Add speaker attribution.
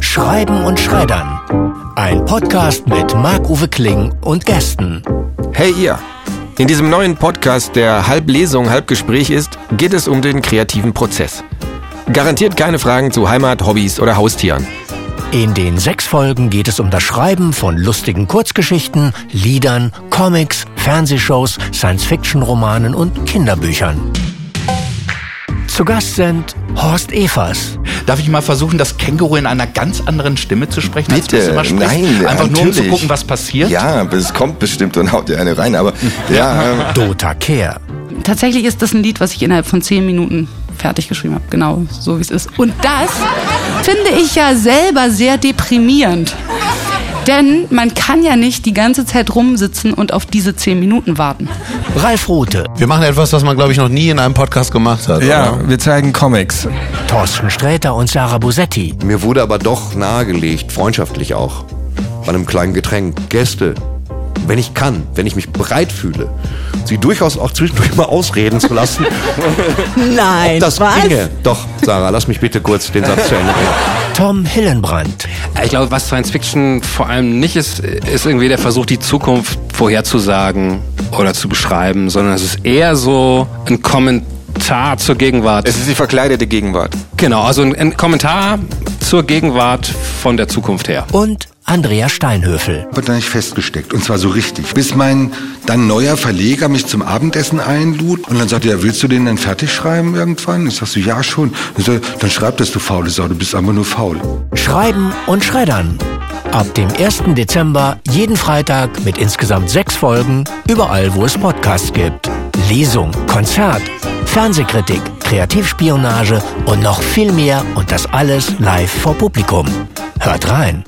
Speaker 1: Schreiben und Schreddern. Ein Podcast mit Marc-Uwe Kling und Gästen.
Speaker 2: Hey ihr! In diesem neuen Podcast, der halb Lesung, halb Gespräch ist, geht es um den kreativen Prozess. Garantiert keine Fragen zu Heimat, Hobbys oder Haustieren.
Speaker 1: In den sechs Folgen geht es um das Schreiben von lustigen Kurzgeschichten, Liedern, Comics, Fernsehshows, Science-Fiction-Romanen und Kinderbüchern. Zu Gast sind Horst Evers,
Speaker 3: Darf ich mal versuchen, das Känguru in einer ganz anderen Stimme zu sprechen, als du es
Speaker 4: Bitte,
Speaker 3: immer sprichst?
Speaker 4: nein,
Speaker 3: Einfach nur, um zu
Speaker 4: natürlich.
Speaker 3: gucken, was passiert?
Speaker 4: Ja, es kommt bestimmt und haut dir eine rein, aber ja, ähm,
Speaker 1: Dota Kehr,
Speaker 5: Tatsächlich ist das ein Lied, was ich innerhalb von zehn Minuten fertig geschrieben habe. Genau, so wie es ist. Und das finde ich ja selber sehr deprimierend. Denn man kann ja nicht die ganze Zeit rumsitzen und auf diese zehn Minuten warten.
Speaker 1: Ralf Rute,
Speaker 6: Wir machen etwas, was man, glaube ich, noch nie in einem Podcast gemacht hat. Oder?
Speaker 2: wir zeigen Comics.
Speaker 1: Thorsten Sträter und Sarah Bosetti,
Speaker 7: Mir wurde aber doch nahegelegt, freundschaftlich auch, bei einem kleinen Getränk, Gäste, wenn ich kann, wenn ich mich bereit fühle, sie durchaus auch zwischendurch mal ausreden zu lassen.
Speaker 8: Nein,
Speaker 7: das
Speaker 8: was?
Speaker 7: ginge. Doch, Sarah, lass mich bitte kurz den Satz zu Ende bringen.
Speaker 1: Tom Hillenbrand,
Speaker 9: Ich glaube, was Science Fiction vor allem nicht ist, ist irgendwie der Versuch, die Zukunft vorherzusagen oder zu beschreiben, sondern es ist eher so ein Kommentar zur Gegenwart.
Speaker 2: Es ist die verkleidete Gegenwart.
Speaker 9: genau, also ein, ein Kommentar zur Gegenwart von der Zukunft her.
Speaker 1: und Andrea Steinhöfel.
Speaker 10: wird dann nicht festgesteckt. Und zwar so richtig. Bis mein dann neuer Verleger mich zum Abendessen einlud und dann sagte er, willst du den dann fertig schreiben irgendwann? Ich sag so, ja schon. Dann, sagt er, dann schreib das, du faule Sau, du bist einfach nur faul.
Speaker 1: Schreiben und Schreddern. Ab dem 1. Dezember jeden Freitag mit insgesamt sechs Folgen überall, wo es Podcasts gibt. Lesung, Konzert, Fernsehkritik, Kreativspionage und noch viel mehr und das alles live vor Publikum. Hört rein.